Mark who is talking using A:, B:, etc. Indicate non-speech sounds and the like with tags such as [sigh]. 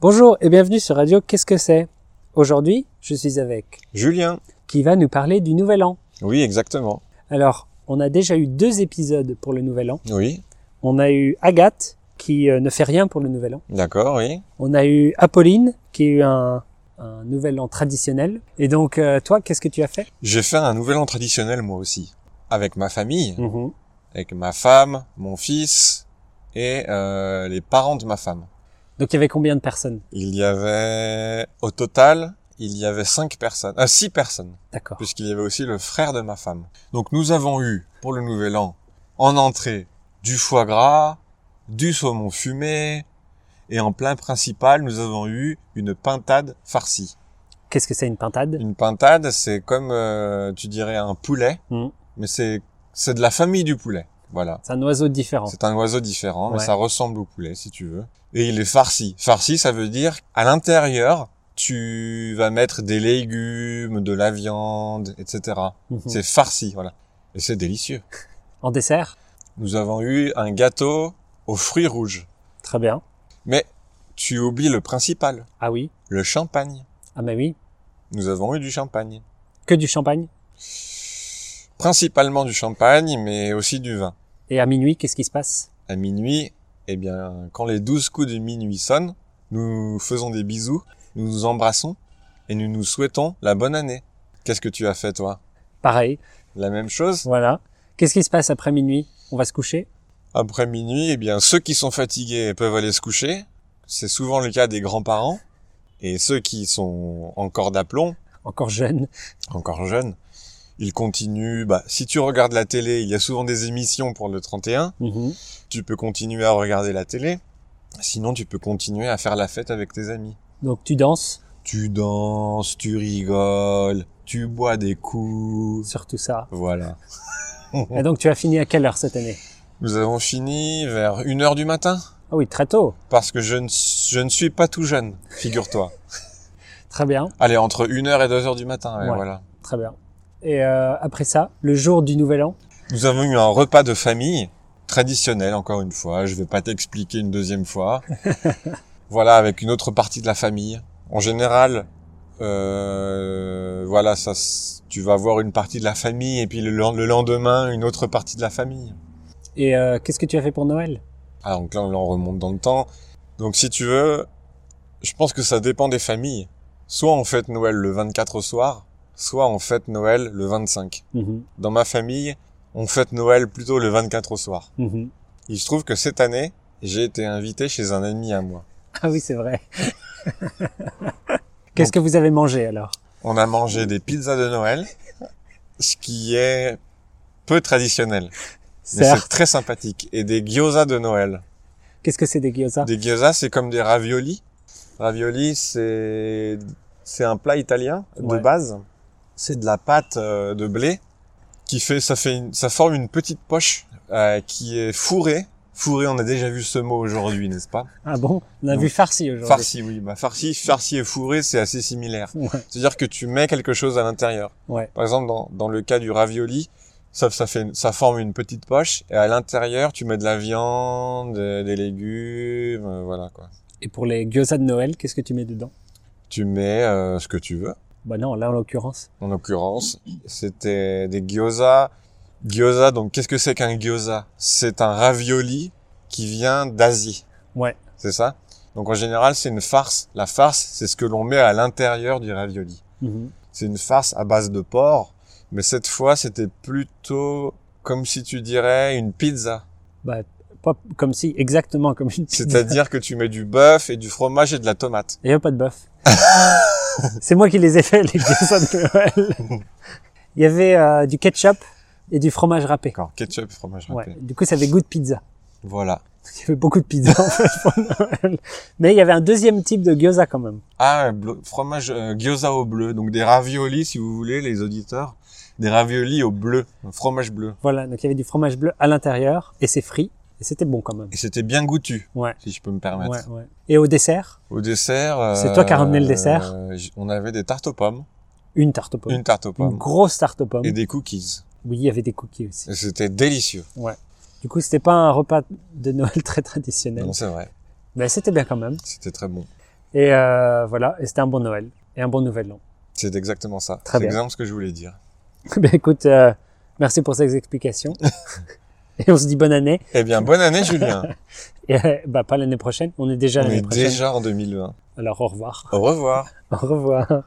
A: Bonjour et bienvenue sur Radio Qu'est-ce que c'est Aujourd'hui, je suis avec
B: Julien.
A: qui va nous parler du Nouvel An.
B: Oui, exactement.
A: Alors, on a déjà eu deux épisodes pour le Nouvel An.
B: Oui,
A: On a eu Agathe qui euh, ne fait rien pour le Nouvel An.
B: d'accord, oui.
A: On a eu Apolline qui a eu un, un Nouvel An traditionnel. Et donc, euh, toi, qu'est-ce que tu as fait
B: J'ai fait un nouvel an traditionnel moi aussi, Mm. avec ma famille, avec ma femme, mon fils et euh, les parents de ma femme.
A: Donc, il y avait combien de personnes
B: Il y avait au total, il y avait cinq personnes, ah six personnes,
A: D'accord.
B: puisqu'il y avait aussi le frère de ma femme. Donc nous avons eu pour le nouvel an en entrée du foie gras, du saumon fumé et en plein principal, nous avons eu une pintade farcie.
A: Qu'est-ce que c'est une pintade
B: Une pintade, c'est comme euh, tu dirais un poulet,
A: Mm.
B: mais c'est c'est de la famille du poulet. Voilà.
A: C'est un oiseau différent.
B: C'est un oiseau différent, mais
A: Oh. Ouais.
B: ça ressemble au poulet si tu veux. Et il est farci. Farci, ça veut dire à l'intérieur, tu vas mettre des légumes, de la viande, etc.
A: Mhm.
B: C'est farci, voilà. Et c'est délicieux.
A: En dessert
B: Nous avons eu un gâteau aux fruits rouges.
A: Très bien.
B: Mais tu oublies le principal,
A: Ah oui
B: le champagne.
A: Ah bah oui.
B: Nous avons eu du champagne.
A: Que du champagne
B: Principalement du champagne, mais aussi du vin.
A: Et à minuit, qu'est-ce qui se passe
B: à minuit, eh bien, quand les douze coups de minuit sonnent, nous faisons des bisous, nous nous embrassons et nous nous souhaitons la bonne année. Qu'est-ce que tu as fait, toi
A: Pareil,
B: La même chose
A: voilà. Qu'est-ce qui se passe après minuit On va se coucher
B: Après minuit, eh bien, ceux qui sont fatigués peuvent aller se coucher. C'est souvent le cas des grands-parents. Et ceux qui sont encore d'aplomb,
A: Encore jeune
B: encore jeunes, ils continuent. Bah, si tu regardes la télé, il y a souvent des émissions pour le 31. Tu peux continuer à regarder la télé. Sinon, tu peux continuer à faire la fête avec tes amis.
A: Donc tu danses
B: Tu danses, tu rigoles, tu bois des coups.
A: sur tout ça.
B: Voilà. Mm-hmm.
A: Et donc tu as fini à quelle heure cette année
B: Nous avons fini vers 1h du matin
A: Ah oui, très tôt.
B: parce que je ne, je ne suis pas tout jeune, figure-toi.
A: Très bien,
B: Allez, entre 1h et 2h du matin, ouais,
A: Ouais.
B: voilà.
A: très bien. Et euh, après ça, le jour du Nouvel An
B: Nous avons eu un repas de famille traditionnel encore une fois, je vais pas t'expliquer une deuxième fois. voilà, avec une autre partie de la famille. En général, euh, voilà, ça s- tu vas voir une partie de la famille et puis le len- le lendemain une autre partie de la famille.
A: Et euh, qu'est-ce que tu as fait pour Noël
B: Ah, donc là, on là, on remonte dans le temps. Donc, si tu veux, je pense que ça dépend des familles. Soit on fête Noël le 24 au soir, soit on fête Noël le 25. Dans ma famille, on fête Noël plutôt le 24 au soir. Il se trouve que cette année, j'ai été invité chez un ami à moi.
A: Ah oui, c'est vrai. [laughs] qu'est-ce que vous avez mangé alors
B: On a mangé des pizzas de Noël, ce qui est peu traditionnel. Mais c'est
A: Certes.
B: très sympathique. Et des gyozas de Noël.
A: Qu'est-ce que c'est des gyoza
B: Des gyoza, c'est comme des raviolis. Ravioli, c'est c'est un plat italien de
A: Ouais.
B: base. C'est de la pâte euh, de blé qui fait ça fait une- ça forme une petite poche euh, qui est fourrée. Fourrée, on a déjà vu ce mot aujourd'hui, n'est-ce pas
A: Ah bon On a
B: Non.
A: vu farci aujourd'hui.
B: Farci, oui. Bah, farci, farci et fourré, c'est assez similaire.
A: Ouais.
B: C'est-à-dire que tu mets quelque chose à l'intérieur.
A: Ouais.
B: Par exemple, dans, dans le cas du ravioli, ça, ça, fait, ça forme une petite poche et à l'intérieur, tu mets de la viande, euh, des légumes, euh, voilà quoi.
A: Et pour les gyoza de Noël, qu'est-ce que tu mets dedans
B: tu mets euh, ce que tu veux.
A: Bah non, là en l'occurrence.
B: En l'occurrence, c'était des gyoza. Gyoza, donc qu'est-ce que c'est qu'un gyoza C'est un ravioli qui vient d'Asie.
A: Ouais.
B: C'est ça Donc en général, c'est une farce. La farce, c'est ce que l'on met à l'intérieur du ravioli.
A: Mhm.
B: C'est une farce à base de porc, mais cette fois, c'était plutôt comme si tu dirais une pizza.
A: Pas comme si, exactement comme une pizza.
B: C'est-à-dire que tu mets du bœuf et du fromage et de la tomate.
A: Il n'y a pas de bœuf. [laughs] C'est moi qui les ai fait, les pizzas de Noël.
B: [laughs]
A: Il y avait euh, du ketchup et du fromage râpé.
B: D'accord, ketchup, fromage râpé.
A: Ouais. Du coup, ça avait goût de pizza. [laughs]
B: Voilà.
A: Il y avait beaucoup de pizza en fait pour Noël. Mais il y avait un deuxième type de gyoza quand même.
B: Ah, blo- fromage euh, gyoza au bleu, donc des raviolis si vous voulez les auditeurs, des raviolis au bleu, un fromage bleu.
A: Voilà, donc il y avait du fromage bleu à l'intérieur et c'est frit. Et c'était bon quand même.
B: Et c'était bien goûtu,
A: Ouais.
B: si je peux me permettre.
A: Ouais, ouais. Et au dessert,
B: Au dessert, euh,
A: C'est toi qui as ramené le dessert
B: euh, j- On avait des tartes aux pommes,
A: une tarte aux pommes.
B: une tarte aux
A: Une,
B: pommes
A: grosse tarte aux pommes.
B: et des cookies.
A: Oui, il y avait des cookies aussi.
B: Et C'était délicieux.
A: Du coup, c'était pas un repas de Noël [laughs] très traditionnel.
B: Non, c'est vrai,
A: Mais c'était bien quand même.
B: c'était très bon.
A: Et euh, voilà, et c'était un bon Noël et un bon Nouvel An.
B: C'est exactement ça.
A: Très
B: C'est
A: bien.
B: exactement ce que je voulais dire.
A: [laughs] Ben écoute, euh, merci pour ces [laughs] explications. et on se dit bonne année.
B: Eh bien, bonne année, Julien.
A: Et euh, bah, pas l'année prochaine, on est déjà
B: On
A: l'année
B: est
A: prochaine.
B: déjà en 2020.
A: Alors au revoir. [laughs]
B: Au revoir.
A: Au revoir.